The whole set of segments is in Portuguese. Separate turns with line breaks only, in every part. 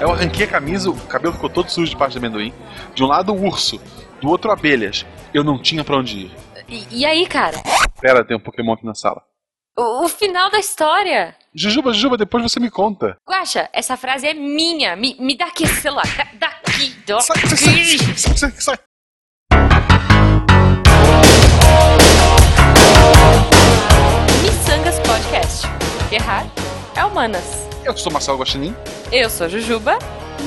eu arranquei a camisa, o cabelo ficou todo sujo de parte de amendoim. De um lado, o urso. Do outro, abelhas. Eu não tinha pra onde ir.
E, e aí, cara?
Pera, tem um Pokémon aqui na sala.
O, o final da história.
Jujuba, Jujuba, depois você me conta.
Guaxa, essa frase é minha. Me, me dá aqui, sei lá. da- Daqui, ó.
Sai, sai, sai, sai, sai, sai.
Missangas Podcast. Errar é humanas.
Eu sou Marcelo Guaxinim.
Eu sou a Jujuba.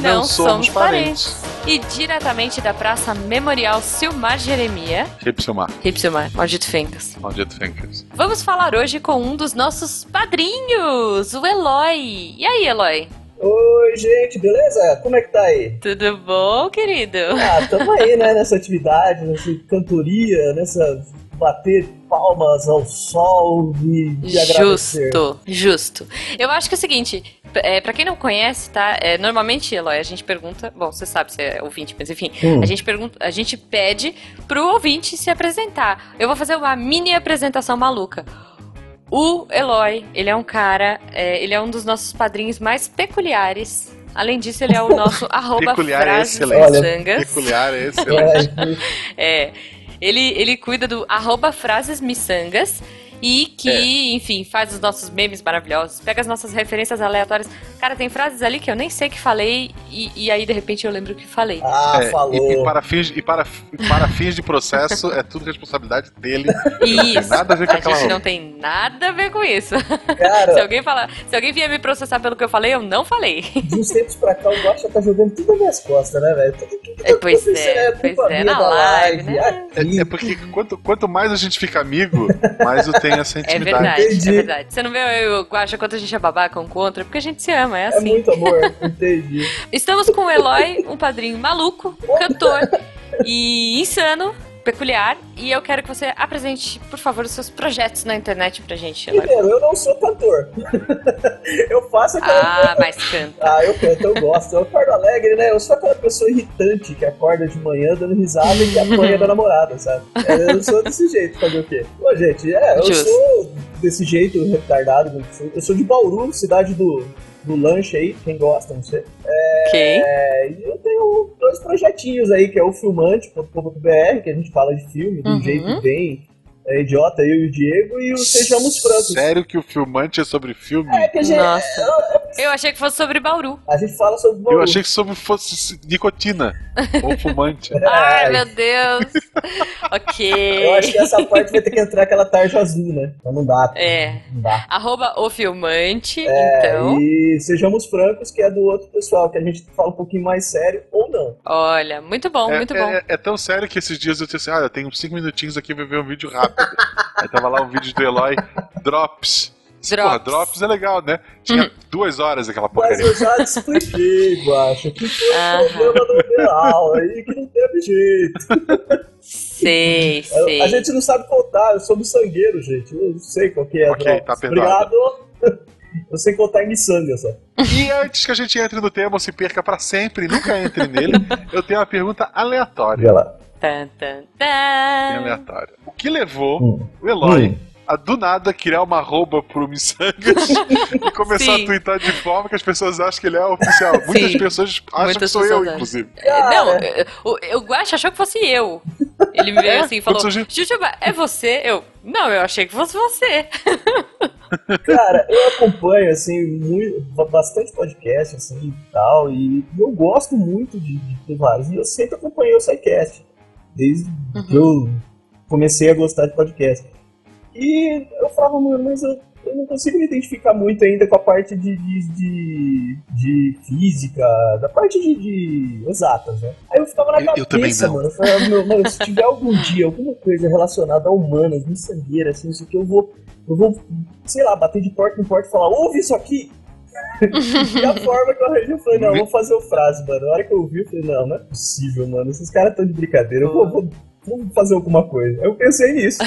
Não, somos parentes. E diretamente da Praça Memorial Silmar Jeremia.
Ripsilmar,
Ripsilmar, maldito Fencas.
maldito Fencas.
Vamos falar hoje com um dos nossos padrinhos, o Eloy. E aí, Eloy?
Oi, gente, beleza? Como é que tá aí?
Tudo bom, querido?
Ah, tamo aí, né, nessa atividade, nessa cantoria, nessa bater palmas ao sol e, e agradecer.
Justo, justo. Eu acho que é o seguinte, p- é, para quem não conhece, tá? é, normalmente, Eloy, a gente pergunta. Bom, você sabe, você é ouvinte, mas enfim,
Hum.
a gente pergunta, a gente pede pro ouvinte se apresentar. Eu vou fazer uma mini apresentação maluca. O Eloy, ele é um cara, é, ele é um dos nossos padrinhos mais peculiares. Além disso, ele é o nosso arroba
Peculiar é
frases
excelente.
miçangas.
Peculiar é esse. né?
É,
É. Ele, ele cuida do arroba frases miçangas e que, enfim, faz os nossos memes maravilhosos, pega as nossas referências aleatórias. Cara, tem frases ali que eu nem sei que falei e, e aí de repente eu lembro que falei.
ah,
É,
falou.
E, e para fins, e, para, e para fins de processo, é tudo responsabilidade dele.
Isso.
Nada a ver com
A
aquela
gente não
roupa.
tem nada a ver com isso. Se
Cara,
alguém falar, se alguém vier me processar pelo que eu falei, eu não falei.
de uns tempos pra cá o Guaxa tá jogando tudo nas minhas costas, né, velho? Tudo que
É, pois
acontecendo
é,
culpa
pois é,
minha
na
da
live, né?
Aqui,
É, é porque quanto, quanto mais a gente fica amigo, mais eu tenho essa
É
intimidade.
verdade,
Entendi.
é verdade. Você não vê eu, eu acho quanto a gente é babaca um contra, porque a gente se ama, é
é
assim.
muito amor, entendi.
Estamos com o Eloy, um padrinho maluco, cantor e insano, peculiar. E eu quero que você apresente, por favor, os seus projetos na internet pra gente, Eloy.
Primeiro, eu não sou cantor. eu faço aquela
Ah, mas canta.
Ah, eu canto, eu gosto. Eu acordo alegre, né? Eu sou aquela pessoa irritante que acorda de manhã dando risada e que apanha da namorada, sabe? É, Eu sou desse jeito, fazer o quê? Ô, gente, é, eu
Justo.
sou desse jeito retardado. como que sou. Eu sou de Bauru, cidade do, do lanche aí, quem gosta, não sei.
Ok.
É, e eu tenho dois projetinhos aí, que é o filmante.com.br, que a gente fala de filme, de um
Uhum.
jeito bem é, idiota, eu e o Diego, e o Sejamos Francos.
Sério que o filmante é sobre filme?
É que a gente,
Nossa. Eu achei que fosse sobre Bauru.
a gente fala sobre Bauru.
Eu achei que sobre fosse nicotina ou fumante.
É,
Ai, meu Deus.
Eu acho
Ok.
que essa parte vai ter que entrar aquela tarja azul, né? Então não dá,
É.
não dá.
Arroba o filmante, então.
É, E sejamos francos, que é do outro pessoal, que a gente fala um pouquinho mais sério ou não.
Olha, muito bom,
é,
muito
é-
bom.
é- é tão sério que esses dias eu disse assim: ah, eu tenho cinco minutinhos aqui, vou ver um vídeo rápido. Aí tava lá um vídeo do Eloy, Drops. Porra,
Drops. Uhum.
Drops é legal, né? Tinha duas horas aquela
Mas
porcaria.
eu já te expliquei, Guacha, que foi o
Aham.
problema do Bial aí, que não teve jeito.
Sei,
A- A
sei.
gente não sabe contar, eu sou sangueiro, gente. Eu não sei qual que é. a
Ok,
droga.
tá perdoado.
Obrigado. Eu sei contar em sangue só.
E antes que a gente entre no tema ou se perca pra sempre, nunca entre nele, eu tenho uma pergunta aleatória.
Olha lá.
Tan, tan,
Bem
tan.
aleatória. O que levou
Hum.
o Eloy
Hum.
a do nada criar uma arroba pro Missangas e começar
Sim.
a twittar de forma que as pessoas acham que ele é oficial. Muitas
Sim.
pessoas acham
Muitas
que sou
pessoas
eu,
acham.
inclusive.
É, Não,
Cara. É?
eu- eu- eu- o Guacha achou que fosse eu. Ele me veio assim e falou:
Quando surgiu-
Jujuba, é você? Eu, não, eu achei que fosse você.
Cara, eu acompanho, assim, muito, bastante podcast, assim, e tal, e eu gosto muito de, de ter vários, e eu sempre acompanhei o SciCast, desde que eu comecei a gostar de podcast. E eu falava, mano, mas eu, eu não consigo me identificar muito ainda com a parte de, de, de, de física, da parte de, de exatas, né? Aí eu ficava na
Eu- eu também
cabeça,
não.
mano, eu falava, meu, mano, se tiver algum dia alguma coisa relacionada a humanas, miçangueira, assim, isso aqui, eu vou, eu vou, sei lá, bater de porta em porta e falar, ouve isso aqui! e a forma que eu arranjei, eu falei, não, eu vou fazer o frase, mano. A hora que eu ouvi, eu falei, não, não é possível, mano, esses caras estão de brincadeira, eu vou, vou, vou fazer alguma coisa. Eu pensei nisso.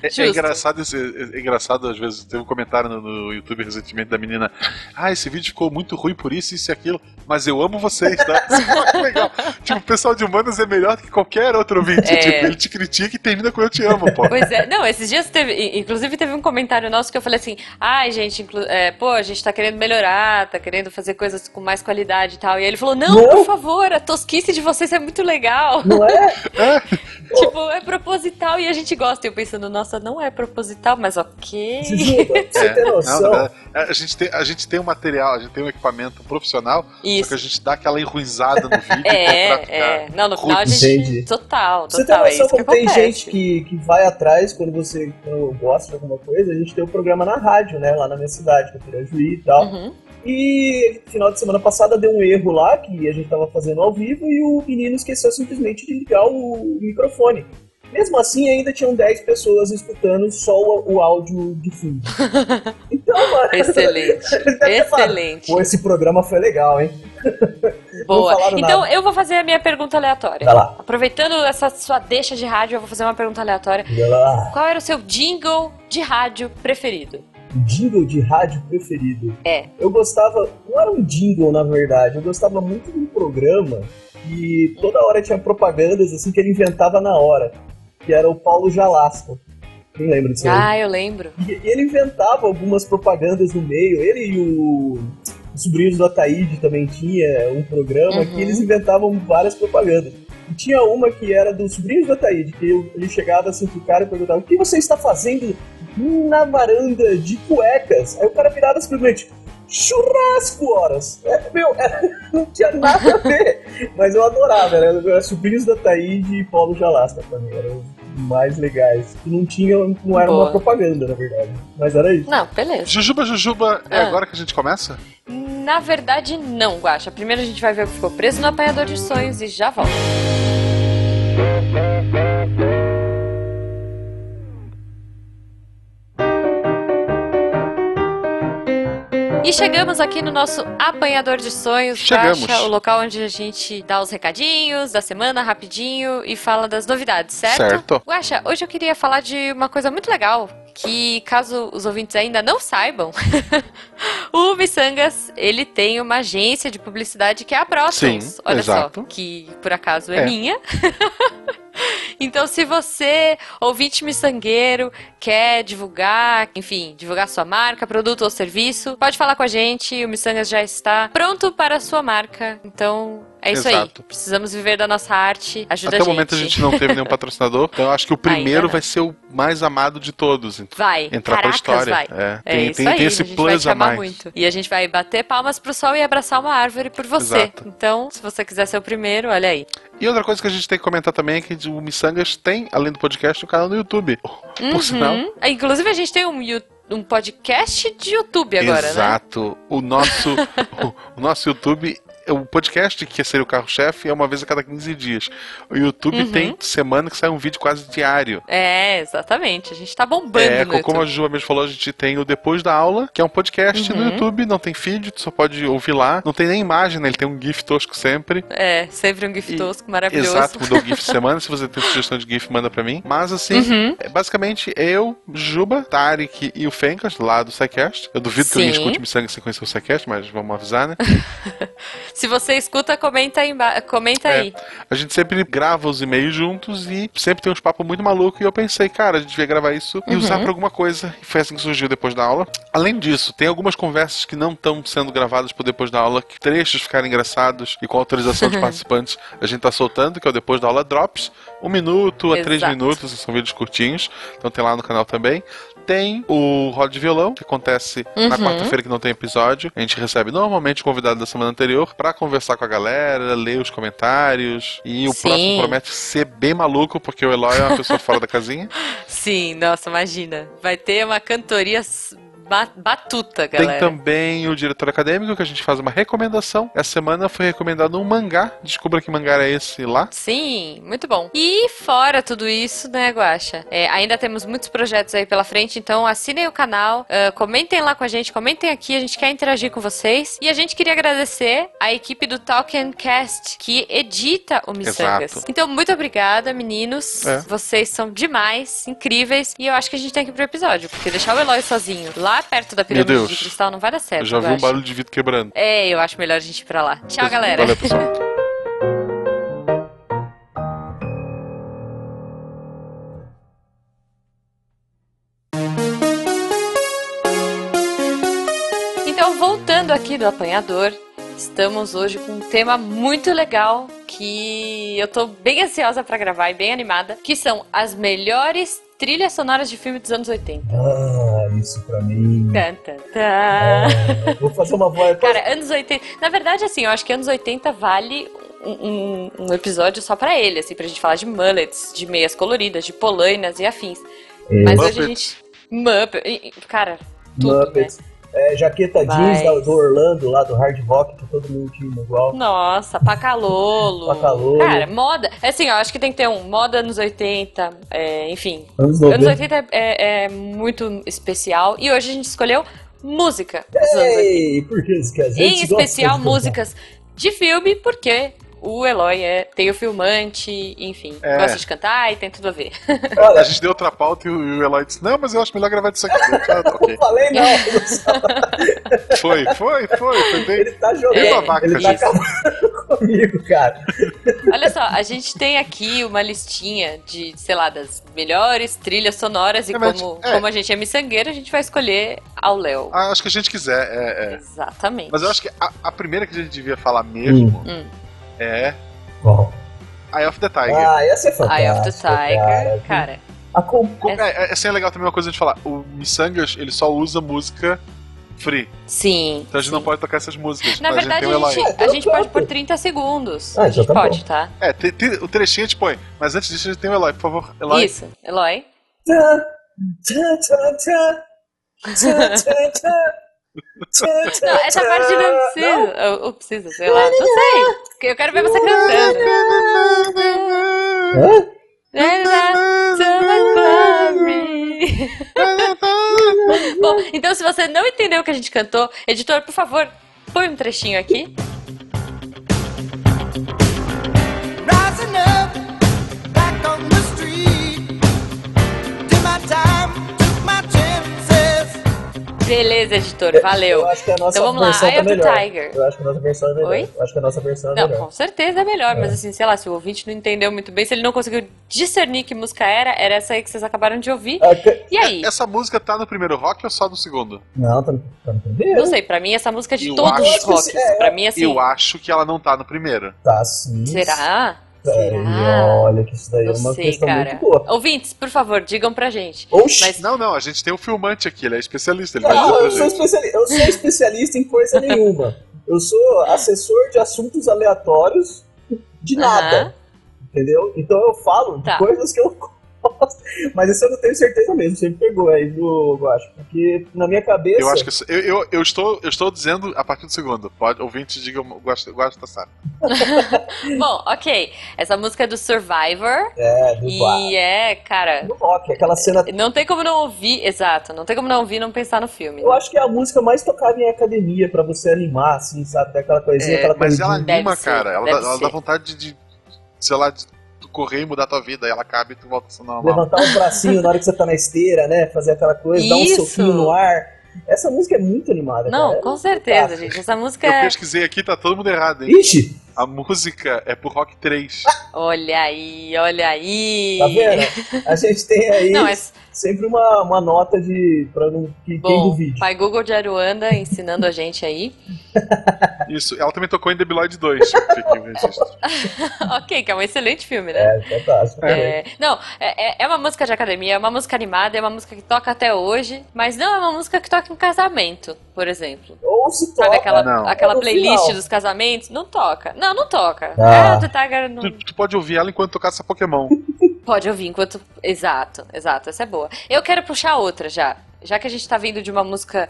É,
Justo.
é engraçado, esse- é- é engraçado, às vezes, teve um comentário no, no YouTube recentemente da menina. Ah, esse vídeo ficou muito ruim por isso, isso e aquilo, mas eu amo vocês, tá? Isso é legal. Tipo, o pessoal de humanos é melhor do que qualquer outro vídeo.
É.
Tipo, ele te critica e termina com eu te amo, pô.
Pois é, não, esses dias teve. i- Inclusive teve um comentário nosso que eu falei assim: ai, gente, inclu- é, pô, a gente tá querendo melhorar, tá querendo fazer coisas com mais qualidade e tal. E aí ele falou: não,
Não.
por favor, a tosquice de vocês é muito legal.
Não é?
tipo, é proposital e a gente gosta. E eu pensando, nossa, não é proposital, mas ok.
Jujuba, pra você
É,
ter
não,
noção.
na verdade, a, gente tem, a gente tem um material, a gente tem um equipamento profissional, só que
Isso.
a gente dá aquela enruizada no vídeo pra ficar.
É, é. Não, no final a gente.
Entendi.
Total, total.
Pra
é
Você tem noção
isso que
como tem
acontece.
gente que, que vai atrás quando você quando gosta de alguma coisa? A gente tem um programa na rádio, né? Lá na minha cidade, no Pirajuí e tal.
Uhum.
E final de semana passada deu um erro lá que a gente tava fazendo ao vivo e o menino esqueceu simplesmente de ligar o microfone. Mesmo assim, ainda tinham 10 pessoas escutando só o, o áudio de fundo. Então, mano.
Excelente.
Ele deve ter falado,
Excelente.
Pô, esse programa foi legal, hein?
Boa.
falaram Tá.
Então eu vou fazer a minha pergunta aleatória.
Vai lá.
Aproveitando essa sua deixa de rádio, eu vou fazer uma pergunta aleatória.
Vai lá.
Qual era o seu jingle de rádio preferido?
O jingle de rádio preferido.
É.
Eu gostava, não era um jingle na verdade, eu gostava muito de um programa que toda hora tinha propagandas assim que ele inventava na hora, que era o Paulo Jalasco. Quem lembra disso aí?
Ah, eu lembro.
E e ele inventava algumas propagandas no meio. Ele e o, o sobrinho do Ataíde também tinha um programa
Uhum.
que eles inventavam várias propagandas. E tinha uma que era do sobrinho do Ataíde, que eu- ele chegava assim pro cara e perguntava: O que você está fazendo na varanda de cuecas? Aí o cara virava simplesmente. Churrasco horas! É, meu, não tinha nada a ver, mas eu adorava, era, era sobrinhos da Taíde e Paulo Jalasta pra mim, eram os mais legais. E Não tinha, não era
Boa.
uma propaganda, na verdade, mas era isso.
Não, beleza.
Jujuba, Jujuba, é
Ah.
agora que a gente começa?
Na verdade, não, Guaxa. Primeiro a gente vai ver o que ficou preso no apanhador de sonhos e já volta. E chegamos aqui no nosso apanhador de sonhos,
Chegamos.
Guaxa, o local onde a gente dá os recadinhos da semana rapidinho e fala das novidades, certo?
Certo.
Guaxa, hoje eu queria falar de uma coisa muito legal, que caso os ouvintes ainda não saibam, o Missangas, ele tem uma agência de publicidade que é a Brostons.
Sim,
Olha
exato.
só, que por acaso é,
É.
minha. então, se você, ouvinte miçangueiro, quer divulgar, enfim, divulgar sua marca, produto ou serviço, pode falar com a gente. O Missangas já está pronto para a sua marca. Então, é isso
Exato.
aí. Precisamos viver da nossa arte.
Até
Ajuda a
o
gente.
momento a gente não teve nenhum patrocinador, então eu acho que o
Ainda
primeiro
não.
vai ser o mais amado de todos. então,
Vai,
Entrar
Caracas,
pra história.
vai.
É,
É
tem,
isso
tem-
aí,
tem esse
a gente vai
plus
te
a
amar
mais.
muito. E a gente vai bater palmas pro sol e abraçar uma árvore por você.
Exato.
Então, se você quiser ser o primeiro, olha aí.
E outra coisa que a gente tem que comentar também é que o Missangas tem, além do podcast, um canal no YouTube.
Uhum.
Por sinal.
Inclusive, a gente tem um, Yu- um podcast de YouTube agora, né?
Exato. O nosso, o, o nosso YouTube, é o podcast que seria o carro-chefe, é uma vez a cada 15 dias. O YouTube
Uhum.
tem semana que sai um vídeo quase diário.
É, exatamente. A gente tá bombando
É,
no
co- como a
YouTube.
Jujuba mesmo falou, a gente tem o Depois da Aula, que é um podcast
Uhum.
no YouTube, não tem feed, tu só pode ouvir lá. Não tem nem imagem, né? Ele tem um GIF tosco sempre.
É, sempre um gif
E-
tosco, maravilhoso.
Exato, mudou o GIF essa semana. Se você tem sugestão de GIF, manda pra mim. Mas assim,
Uhum.
é basicamente eu, Juba, Tarek e o Fencas, lá do SciCast. Eu duvido que alguém
Sim.
escute Missangue sem conhecer o SciCast, mas vamos avisar, né?
Se você escuta, comenta aí. emba- Comenta
É.
aí.
A gente sempre grava os e-mails juntos e sempre tem uns papos muito malucos. E eu pensei, cara, a gente devia gravar isso e
Uhum.
usar pra alguma coisa. E foi assim que surgiu depois da aula. Além disso, tem algumas conversas que não estão sendo gravadas por depois da aula, que trechos ficaram engraçados e com autorização dos participantes a gente tá soltando, que é o depois da aula Drops. Um minuto a três
Exato.
minutos, são vídeos curtinhos, então tem lá no canal também. Tem o Roda de Violão, que acontece na
Uhum.
quarta-feira que não tem episódio. A gente recebe normalmente o convidado da semana anterior pra conversar com a galera, ler os comentários. E o
Sim.
próximo promete ser bem maluco, porque o Eloy é uma pessoa fora da casinha.
Sim, nossa, imagina. Vai ter uma cantoria s- ba- batuta,
Tem
galera.
também o diretor acadêmico que a gente faz uma recomendação. Essa semana foi recomendado um mangá. Descubra que mangá é esse lá.
Sim, muito bom. E fora tudo isso, né, Guaxa? É, ainda temos muitos projetos aí pela frente, então assinem o canal, ah, comentem lá com a gente, comentem aqui, a gente quer interagir com vocês. E a gente queria agradecer a equipe do Talking Cast, que edita o Missangas.
Exato.
Então, muito obrigada, meninos.
É.
Vocês são demais, incríveis. E eu acho que a gente tem que ir pro episódio, porque deixar o Eloy sozinho lá perto da pirâmide
Deus.
de cristal não vai dar certo.
Eu já vi um
Guaxa.
barulho de vidro quebrando.
É, eu acho melhor a gente ir pra lá. Tchau, galera.
Valeu, pessoal.
Então, voltando aqui do apanhador, estamos hoje com um tema muito legal que eu tô bem ansiosa pra gravar e bem animada, que são as melhores trilhas sonoras de filme dos anos 80.
Ah, isso pra mim.
Tan, tan, tan.
Ah, vou fazer uma voz.
Cara, anos 80. Na verdade, assim, eu acho que anos 80 vale um, um- um episódio só pra ele, assim, pra gente falar de mullets, de meias coloridas, de polainas e afins. Mas hoje a gente. Muppet. e- e- Cara, tudo,
Muppets. É, jaqueta
Mas-
jeans da- do Orlando, lá do Hard Rock, que todo mundo tinha igual.
Nossa, pacalolo.
Pacalolo.
Cara, moda. é Assim, eu acho que tem que ter um moda anos 80, é, enfim.
Anos
Anos
90.
80 é, é- é muito especial. E hoje a gente escolheu música dos anos 80.
Ei, por que isso? Que a gente
Em
gosta
especial
de cantar.
músicas de filme, porque o Eloy é, tem o filmante, enfim,
É.
gosta de cantar e tem tudo a ver.
A
Olha,
gente deu outra pauta e o e o Eloy disse: Não, mas eu acho melhor gravar disso aqui. Eu, "Ah,
não
ok."
falei não.
Foi, foi, foi. foi bem,
Ele tá jogando.
bem babaca,
Ele tá
gente.
acabando comigo, cara.
Olha só, a gente tem aqui uma listinha de, sei lá, das melhores trilhas sonoras e
É, mas-
como,
é.
como a gente é missangueira, a gente vai escolher ao Léo.
Ah, acho que a gente quiser. É, é.
Exatamente.
Mas eu acho que a, a primeira que a gente devia falar mesmo
Hum.
é
Bom.
Eye of the Tiger.
Ah, essa é fantástica.
Eye of the Tiger, cara.
Acom-
Co- É, é, assim é legal também uma coisa de falar. O Missangas, ele só usa música free.
Sim.
Então a gente
sim.
não pode tocar essas músicas.
Na
mas
verdade,
a gente tem um o
a
Eloy.
gente,
É,
a gente
tá
pode
bom.
por 30 segundos.
Ah,
a
já
gente
tá bom.
pode, tá?
É, te- te- o trechinho a gente põe. Mas antes disso, a gente tem o Eloy, por favor. Eloy.
Isso, Eloy.
Tã, tã, tã, tã. Tã, tã, tã. Tã, tã,
Não, essa
tã.
parte não precisa. Ou, ou precisa, sei lá. Não sei. Eu quero ver você cantando.
Hã?
Bom, então se você não entendeu o que a gente cantou, editor, por favor, põe um trechinho aqui.
Rising up, back on the street. Did my time, took my chances.
Beleza, editor, valeu.
É, Eu acho que a nossa
Então vamos lá,
versão
Eye
tá
of the
melhor.
Tiger.
Eu acho que a nossa versão é melhor.
Oi?
Eu acho que a nossa versão é
Não,
melhor.
com certeza é melhor, mas assim, sei lá, se o ouvinte não entendeu muito bem, se ele não conseguiu discernir que música era, era essa aí que vocês acabaram de ouvir.
Ah, que-
E aí?
é, Essa música tá no primeiro rock ou só no segundo?
Não, tá no, tá no primeiro.
Não sei, pra mim essa música é de
Eu
todos
acho
os
que
rocks.
se- é,
Pra mim, assim,
Eu acho que ela não tá no primeiro.
Tá sim.
será?
Tá aí,
Será?
olha que isso daí
Não
é uma
sei,
questão
cara.
muito boa.
Ouvintes, por favor, digam pra gente.
Oxi!
Mas-
Não, não, a gente tem o filmante aqui, ele é especialista, ele vai
Não, eu
dizer
sou,
pra gente.
especiali- eu sou especialista em coisa nenhuma. Eu sou assessor de assuntos aleatórios de nada.
Aham.
Entendeu? Então eu falo
Tá.
de coisas que eu gosto. Mas isso eu não tenho certeza mesmo. Você me pegou aí, viu, eu acho. Porque na minha cabeça.
Eu acho que eu, sou- eu, eu- eu estou, eu estou dizendo a partir do segundo. Pode, ouvinte, diga, gosta, gosta, sabe?
Bom, ok. Essa música é do Survivor.
É, do bar.
E é, cara,
Do rock, aquela cena.
não tem como não ouvir. Exato, não tem como não ouvir e não pensar no filme.
Eu acho que é a música mais tocada em academia pra você animar, assim, sabe? Tem aquela coisinha, aquela
É, Mas
coisinha.
ela
Deve
anima,
ser,
cara. Ela,
deve
dá, ela
ser.
dá vontade de, de, sei lá, de tu correr e mudar tua vida. Aí ela acaba e tu volta a ser normal.
Levantar um bracinho na hora que você tá na esteira, né? Fazer aquela coisa, dar um
Isso.
soquinho no ar. Essa música é muito animada.
Não,
cara.
com certeza, gente. Essa música
Eu
é.
pesquisei aqui, tá todo mundo errado, hein?
Ixi,
A música é pro Rock 3.
Olha aí, olha aí.
tá vendo? A gente tem aí
Não, mas,
sempre uma, uma nota de. pra não, que, quem
bom,
duvide.
pai Google de Aruanda ensinando a gente aí.
Isso, ela também tocou em The Beloid 2. Fiquei registro.
ok, que é um excelente filme, né?
É, fantástico. também.
É, não, é, é- é uma música de academia, é uma música animada, é uma música que toca até hoje, mas não é uma música que toca em casamento, por exemplo.
Ou se toca.
Sabe aquela,
não.
aquela
É no
playlist
final.
dos casamentos? Não toca. Não, não toca.
Ah.
Ah, The Tiger não
Tu, tu pode ouvir ela enquanto tocasse a Pokémon.
pode ouvir enquanto. Exato, exato, essa é boa. Eu quero puxar outra já. já que a gente tá vindo de uma música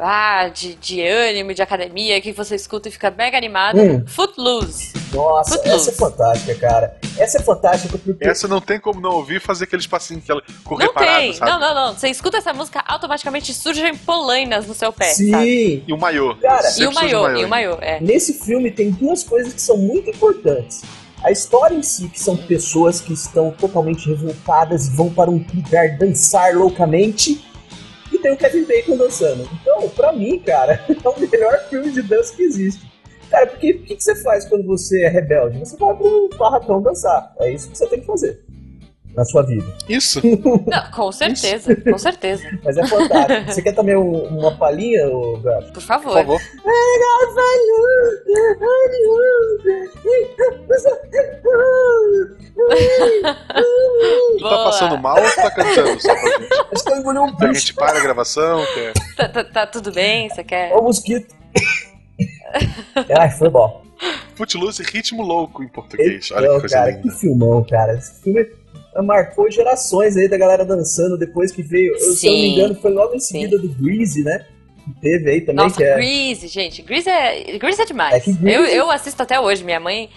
ah, de, de anime, de academia, que você escuta e fica mega animado,
Hum.
Footloose.
Nossa,
Footloose.
essa é fantástica, cara. Essa é fantástica porque.
Essa não tem como não ouvir e fazer aquele espacinho que ela correr
não
parado,
tem,
sabe?
não, não, não. Você escuta essa música, automaticamente surgem polainas no seu pé,
Sim!
É, sabe?
E o maiô.
Cara,
Sempre
E o
surge
maiô, e o maiô, é.
Nesse filme tem duas coisas que são muito importantes. A história em si, que são pessoas que estão totalmente revoltadas e vão para um lugar dançar loucamente. E tem o Kevin Bacon dançando. Então, pra mim, cara, é o melhor filme de dança que existe. Cara, porque o que, que você faz quando você é rebelde? Você vai pro barracão dançar. É isso que você tem que fazer na sua vida.
Isso.
Não, com certeza, com certeza.
Mas é fantástico. você quer também um- uma palhinha, ô, Gato?
Por
Por
favor.
favor. Tu tá
Boa.
passando mal ou tu tá cantando só pra gente?
Acho que eu engoli um
A
bicho.
gente para a gravação, é quer...
Tá, tá- tá tudo bem? Você quer?
Ô, mosquito. Ai, foi bom.
Footloose Ritmo Louco em português. Olha que
Então,
coisa
cara, que
linda.
filmão, cara. Esse filme marcou gerações aí da galera dançando depois que veio. eu, Se eu não me
Sim.
engano, foi logo em seguida do Greasy, né? Que teve aí também,
Nossa,
que é.
Grease, gente. Grease é, Grease é demais.
É que Grease-
Eu, eu assisto até hoje. Minha mãe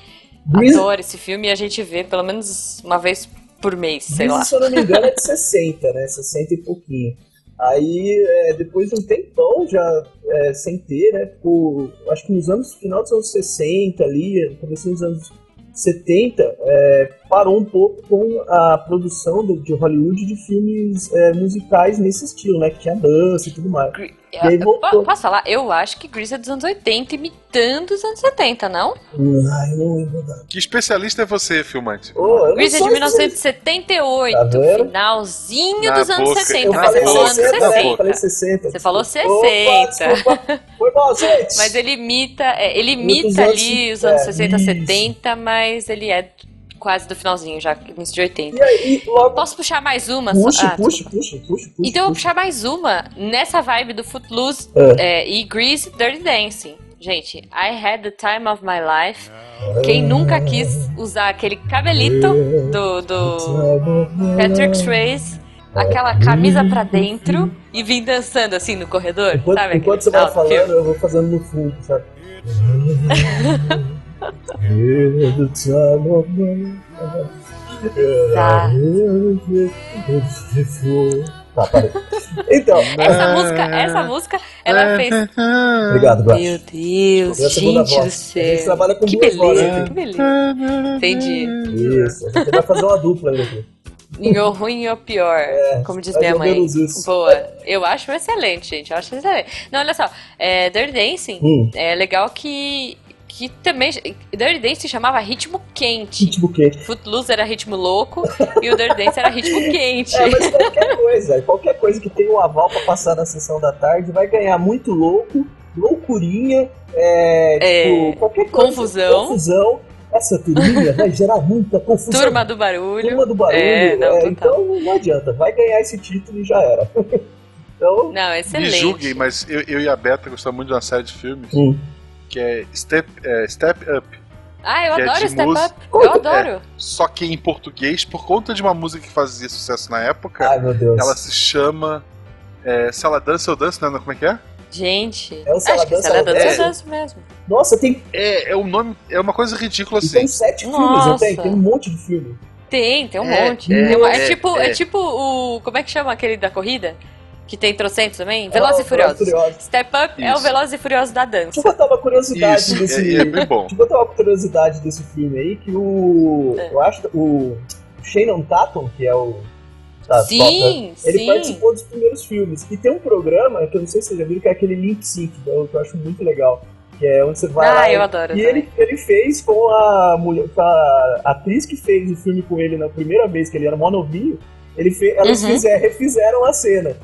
Grease,
adora esse filme e a gente vê pelo menos uma vez por mês, sei
Greasy,
lá.
se eu não me engano, é de 60, né? 60 e pouquinho. Aí, é, depois de um tempão já é, sem ter, né? Ficou, acho que nos anos, final dos anos 60 ali, começo dos anos 70, é, parou um pouco com a produção do- de Hollywood de filmes é, musicais nesse estilo, né? Que tinha dança e tudo mais.
Gre-
aí
Eu-
voltou.
po- Posso falar? Eu acho que Grease é dos anos 80, imitando os anos 70, não?
Ai, eu não lembro da...
Que especialista é você, filmante?
Ô, eu não
Grease é
sou
de
especialista.
1978,
Tá vendo?
finalzinho
Na
dos anos
boca,
60.
Eu
na
Você
falei
falou
boca,
anos
60, não, eu
60.
falei 60.
Você falou
desculpa. Opa,
60.
desculpa. Foi mal, gente.
Mas ele imita, é, ele
Dos
imita
anos
ali os anos 60,
60, é, isso.
70, mas ele é quase do finalzinho, já início de 80.
E aí, logo
Posso puxar mais uma? só?
Puxa,
Ah,
puxa,
desculpa.
puxa, puxa, puxa.
Então eu vou
puxa.
puxar mais uma nessa vibe do Footloose é, e Grease Dirty Dancing. Gente, I had the time of my life. Quem nunca quis usar aquele cabelito do, do Patrick Swayze, aquela camisa pra dentro e vir dançando assim no corredor,
Enquanto,
sabe?
enquanto
aquele
você
final
vai
do filme?
falando, eu vou fazendo no fundo, sabe? Ah,
Tá.
Tá, parei. Então,
Essa música, essa música,
É.
ela fez.
obrigado, Guax.
Meu Deus,
Essa é a segunda
gente do
voz. A gente
céu.
trabalha com
Que
duas vozes
beleza, que
aqui.
beleza. Entendi.
Isso, a gente vai fazer uma dupla né, ainda aqui.
Em o ruim e o pior, como diz
mais
minha
ou
mãe.
menos isso.
Boa. Eu acho excelente, gente. Eu acho excelente. Não, olha só. É, Dirty Dancing
Hum.
é legal que. Que também. Dirty Dancing chamava ritmo quente.
Tipo o quê?
Footloose era ritmo louco e o Dirty Dancing era ritmo quente.
É, mas qualquer coisa, qualquer coisa que tenha um aval pra passar na sessão da tarde vai ganhar muito louco, loucurinha, é,
É,
tipo, qualquer coisa.
confusão.
Confusão. Essa turminha vai gerar muita confusão.
Turma do barulho.
Turma do barulho.
É, não,
é,
total.
então não adianta, vai ganhar esse título e já era. então,
Não,
Me
excelente.
julguem, mas eu, eu e a Beta gostamos muito de uma série de filmes
Hum.
que é Step, é, Step Up.
Ah, eu
que é
adoro
de
Step
música. É.
Up. Eu adoro.
Só que em português, por conta de uma música que fazia sucesso na época,
ai meu Deus.
ela se chama. é, se ela dança, eu danço, né? Como é que é?
Gente.
É o
acho que
Saladança,
se ela dança,
é.
eu danço mesmo.
Nossa, tem,
É, é um nome. É uma coisa ridícula
e
assim.
tem sete filmes,
Nossa.
não tem? Tem um monte de filme.
Tem, tem um
É,
monte.
é,
Tem uma- é,
é,
tipo,
é.
é. tipo o. Como é que chama aquele da corrida? Que tem trocentos também? Velozes
É,
e Furiosos.
Furiosos.
Step Up é o
Isso.
Velozes e Furiosos da
Deixa eu
dança.
botar uma curiosidade
Isso,
desse.
é, é bem bom.
Deixa eu botar uma curiosidade desse filme aí, que o.
É.
Eu acho que o Shannon Tatum, que é o. da-
sim,
Ele tipo
sim.
participou dos primeiros filmes. E tem um programa, que eu não sei se vocês já viram, que é aquele Link Sync, que eu que eu acho muito legal. Que é onde você vai lá.
Ah,
e-
eu adoro.
e
também.
ele, ele fez com a mulher, com a atriz que fez o filme com ele na primeira vez, que ele era mó novinho, ele fe, elas
Uhum.
fizer- refizeram a cena.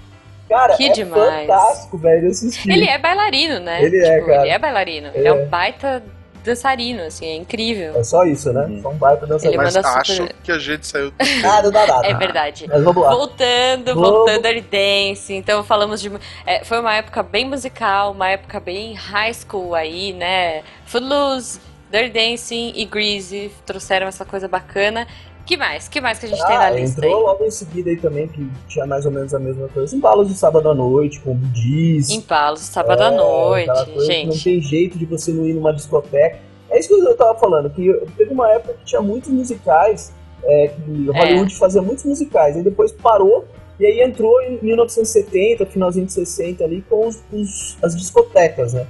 Cara,
Que
é
demais.
fantástico, velho, assistir.
Ele é bailarino, né?
Ele é, cara.
Ele é bailarino. Ele é um baita dançarino, assim, é incrível.
É só isso, né?
Uhum.
Só um baita dança.
Ele
Mas
manda super-
acho que a gente saiu.
Nada dá nada.
É verdade.
Mas vamos lá.
Voltando,
Vamos.
voltando a dance, então falamos de. é, foi uma época bem musical, uma época bem high school aí, né? Footloose, Dirty Dancing e Greasy trouxeram essa coisa bacana. Que mais? Que mais que a gente tem na
Ah,
lista
entrou
aí?
logo em seguida aí também, que tinha mais ou menos a mesma coisa. Embalos de sábado à noite, como diz.
Empalos, sábado à
É, aquela
noite,
coisa que Não
gente.
tem jeito de você não ir numa discoteca. É isso que eu tava falando, que eu- teve uma época que tinha muitos musicais, é, que
É.
Hollywood fazia muitos musicais, aí depois parou, e aí entrou em 1970, finalzinho de 60 ali, com os, os- as discotecas, né?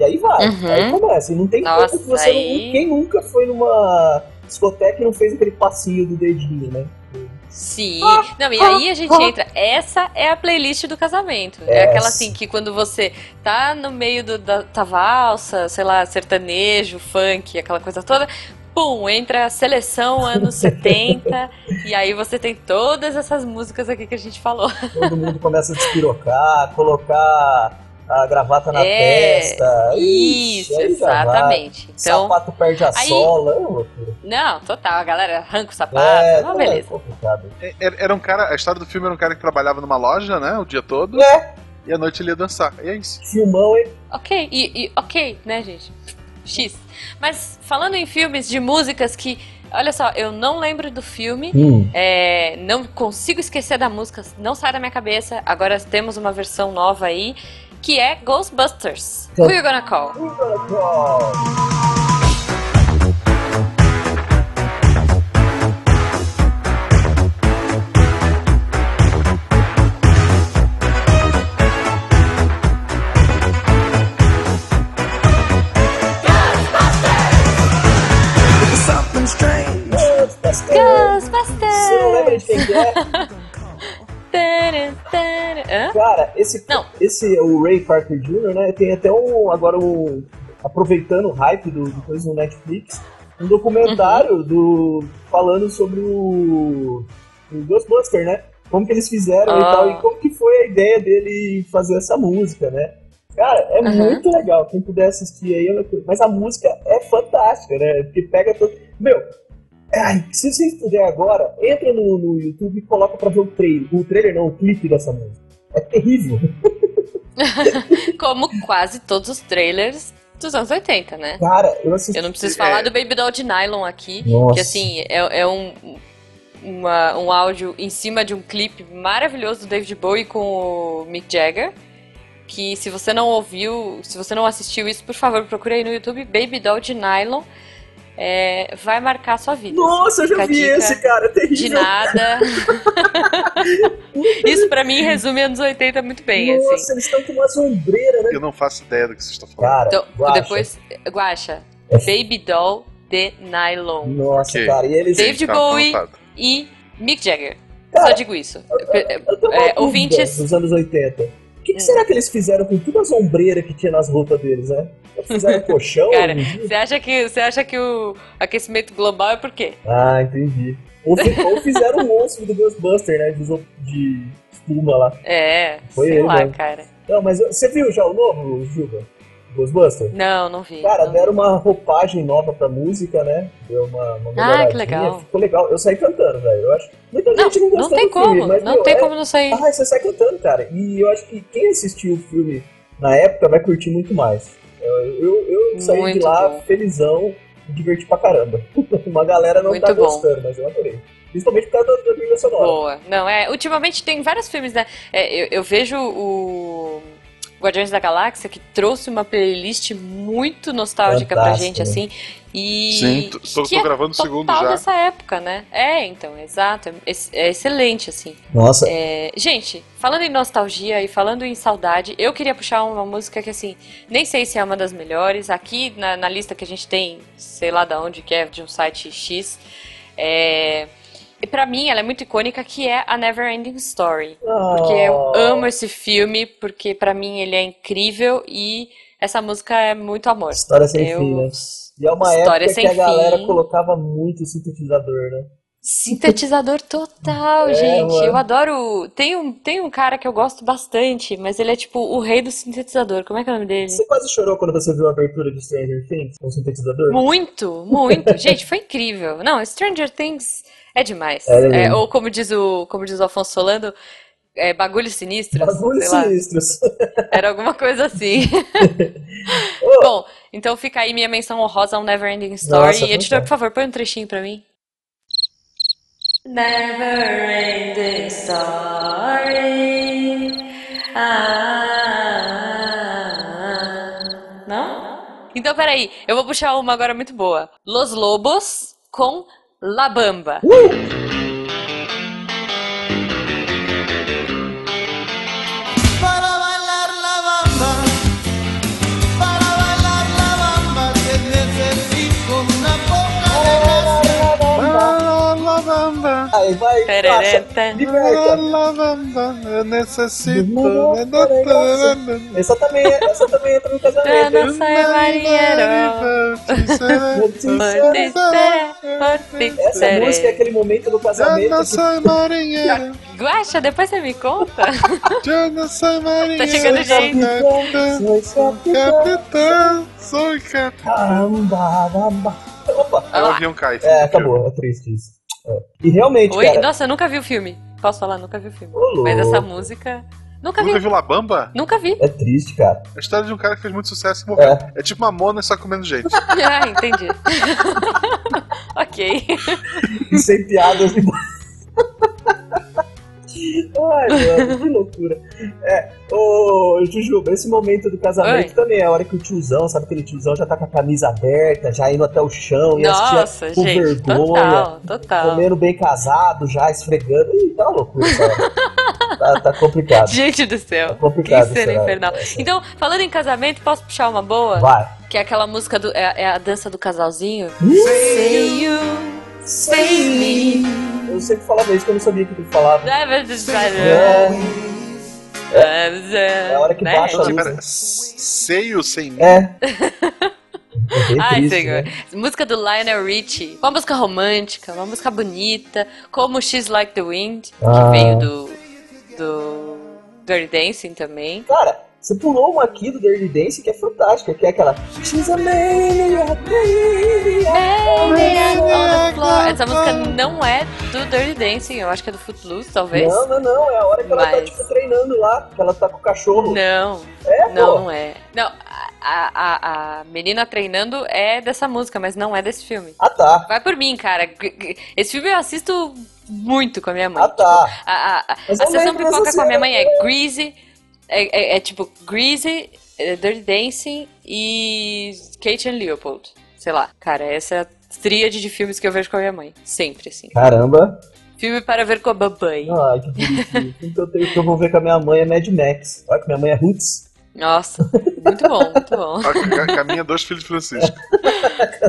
E aí vai,
Uhum.
aí começa, e não tem
Nossa,
como que você não-
aí-
Quem nunca foi numa discoteca e não fez aquele passinho do dedinho, né?
Sim. Não, e aí a gente entra. Essa é a playlist do casamento. É
Essa.
aquela assim que quando você tá no meio do, da, da valsa, sei lá, sertanejo, funk, aquela coisa toda. Pum, entra a seleção anos 70. e aí você tem todas essas músicas aqui que a gente falou.
Todo mundo começa a despirocar, colocar a gravata na
É,
testa. Ixi,
Isso,
aí já vai.
exatamente. Então,
sapato perde a
aí-
sola, é uma loucura.
não, total, a galera arranca o sapato.
É,
tá uma
não, é
beleza.
complicado.
É, Era, era um cara, a história do filme era um cara que trabalhava numa loja, né, o dia todo,
É,
e à noite ele ia dançar. E é isso.
filmão, hein?
Ok, e, e- ok, né, gente? X. Mas falando em filmes de músicas que. Olha só, eu não lembro do filme, é, não consigo esquecer da música, não sai da minha cabeça. Agora temos uma versão nova aí, que é Ghostbusters. Who you gonna call?
Something strange.
Você não
Ghostbusters!
lembra de quem que é?
Taran, taran. Hã?
Cara, esse,
Não.
esse o Ray Parker Jr., né? Tem até um. Agora um. Aproveitando o hype do, do coisa no Netflix, um documentário
Uhum.
do. falando sobre o. o Ghostbuster, né? Como que eles fizeram e
Ah.
tal, e como que foi a ideia dele fazer essa música, né? Cara, é
Aham.
muito legal. Quem puder assistir aí, é uma coisa. mas a música é fantástica, né? Porque pega todo. Meu, é, ai, se vocês puderem agora, entra no, no YouTube e coloca pra ver o trailer. O trailer não, o clipe dessa música. É terrível.
Como quase todos os trailers dos anos 80, né?
Cara, eu assisti.
Eu não preciso
É.
falar do Baby Doll de Nylon aqui.
Nossa.
Que assim, é, é um, uma- um áudio em cima de um clipe maravilhoso do David Bowie com o Mick Jagger. Que se você não ouviu, se você não assistiu isso, por favor, procure aí no YouTube Baby Doll de Nylon. É, vai marcar a sua vida.
Nossa, eu já
Fica a
vi
dica
esse, cara. É terrível.
De nada. isso pra mim resume anos 80 muito bem,
Nossa,
assim.
eles estão com uma sombreira, né?
Eu não faço ideia do que vocês estão falando.
Cara,
Então,
guacha.
depois, Guacha, Baby Doll de Nylon.
Nossa,
Ok.
cara, e eles.
Sim. David
tá
Bowie.
anotado.
E Mick Jagger.
Cara,
Só digo isso.
Eu tenho uma
É,
dúvida
ouvintes-
Dos anos 80. O que, que
Hum.
será que eles fizeram com toda a sombreira que tinha nas roupas deles, né? Fizeram colchão? um
Cara,
algum dia?
Você acha que, você acha que o aquecimento global é por quê?
Ah, entendi. Ou, fi- ou fizeram um monstro do Ghostbuster, né? Que usou de espuma lá.
É,
Foi
sei
ele, né?
lá,
mano.
cara.
Não, mas eu- você viu já o novo, Juba? Ghostbuster?
Não, não vi.
Cara,
não.
deram uma roupagem nova pra música, né? Deu uma, uma melhoradinha.
Ah, que legal.
Ficou legal. Eu saí cantando, velho. Eu acho. Muita
Não,
gente não
não
gostou
tem
do filme,
como,
mas,
não
meu,
tem
é-
como não sair.
Ah, você sai cantando, cara. E eu acho que quem assistiu o filme na época vai curtir muito mais. Eu, eu, eu saí de
Muito
lá
bom.
felizão e diverti pra caramba. Uma galera não
Muito
tá
bom.
gostando, mas eu adorei. Principalmente por causa da, da trilha sonora.
Boa. Não, é, ultimamente tem vários filmes, né? É, eu, eu vejo o Guardiões da Galáxia, que trouxe uma playlist muito nostálgica pra
Fantástico,
gente,
né?
assim. E
Sim, tô, tô-
que
tô
é
gravando o
total
segundo já.
dessa época, né? É, então, exato. É, ex- é excelente, assim.
Nossa,
É, gente, falando em nostalgia e falando em saudade, eu queria puxar uma música que, assim, nem sei se é uma das melhores. Aqui na, na lista que a gente tem, sei lá da onde que é, de um site X. É, e pra mim, ela é muito icônica, que é a Never Ending Story. Porque eu
Oh. Ah.
amo esse filme, porque pra mim ele é incrível e essa música é muito amor.
História sem
Eu-
fim, né? E é uma
História
época
sem
que a galera
fim.
colocava muito sintetizador, né?
Sintetizador total,
É,
gente.
mano.
Eu adoro. Tem um, tem um cara que eu gosto bastante, mas ele é tipo o rei do sintetizador. Como é que é o nome dele?
Você quase chorou quando você viu a abertura de Stranger Things com sintetizador?
Muito, muito. Gente, foi incrível. Não, Stranger Things é demais.
É, né?
É, ou como diz o, como diz o Afonso Solano, é, bagulho sinistro.
Bagulhos
sei lá.
sinistros.
Era alguma coisa assim.
Ô,
Bom, então fica aí minha menção honrosa ao Neverending Story.
Nossa,
Editor,
fantástico.
por favor, põe um trechinho pra mim. Never ending story. Ah, ah, ah. Não? Então peraí, eu vou puxar uma agora muito boa. Los Lobos com La Bamba.
Para bailar la bamba, para bailar la bamba, te necesito una poca de gracia.
Lavanda,
Aí vai,
Tereré,
Sasha,
tá.
liberta.
lavanda, eu necessito.
Essa também, é, essa também entra
Tá
no casamento. hein?
Nossa, é marinheiro.
Essa música é aquele momento do casamento
Tá
que
marinheiro,
Guaxa, depois você me conta?
eu não sou marinheiro.
Tá chegando
é
gente.
Sou capitão.
Capitão, sou capitão.
Caramba, bamba. Opa.
Aí o avião cai.
É, acabou, é triste isso. É. E realmente,
Oi?
cara.
Nossa, eu nunca vi o filme. Posso falar, nunca vi o filme.
Ô,
Mas
louco.
essa música. Nunca vi.
Nunca viu Labamba?
Nunca vi.
É triste, cara.
É a história de um cara que fez muito sucesso e morreu.
É.
É, tipo uma mona, só comendo gente.
Ah, entendi. ok.
E sem piadas demais. Ai, mano, que loucura. É, ô, Jujuba, esse momento do casamento
Oi.
também é a hora que o tiozão, sabe aquele tiozão já tá com a camisa aberta, já indo até o chão, e as tias
Nossa,
com
gente.
vergonha,
Total, total.
comendo bem casado, já esfregando. Ih, tá uma loucura, cara. tá, tá complicado.
Gente do
Tá
céu. Que
complicado,
cena
será?
infernal. Então, falando em casamento, posso puxar uma boa?
Vai.
Que é aquela música do. É, é a dança do casalzinho.
Ih,
Say you, say me.
Eu sempre falava isso, que eu não sabia o que tu falava. É,
É
a hora que baixa a
Nossa,
luz.
pera. Tipo, Seio sem mim.
é. É bem
Ai,
triste,
senhor.
né?
Música do Lionel Richie. Uma música romântica, uma música bonita, como She's Like the Wind,
Ah.
que veio do, do Dirty Dancing também.
Cara, você pulou uma aqui do Dirty Dance que é fantástica, que é aquela She's a maniac, maniac.
Maniac on the floor. tá Essa música não é do Dirty Dancing, eu acho que é do Footloose, talvez.
Não, não, não, é a hora que ela tá
Mas-
tipo treinando lá, que ela tá com o cachorro.
Não,
é,
não,
pô.
não é. Não, a, a, a- a menina treinando é dessa música, mas não é desse filme.
Ah tá,
Vai por mim, cara. G- g- Esse filme eu assisto muito com a minha mãe.
ah tá.
A, a, a,
Mas
a
eu
sessão
lembro dessa
pipoca com a minha
cena.
mãe é Greasy, é, é- é tipo Greasy, é Dirty Dancing e Kate and Leopold. Sei lá, cara, essa é a tríade de filmes que eu vejo com a minha mãe. Sempre, assim.
Caramba.
Filme para ver com a babãe.
Ai, que bonitinho. O que eu tenho que eu vou ver com a minha mãe é Mad Max. Olha que minha mãe é Roots.
Nossa, muito bom, muito bom.
Ca- Caminha dois filhos de Francisco.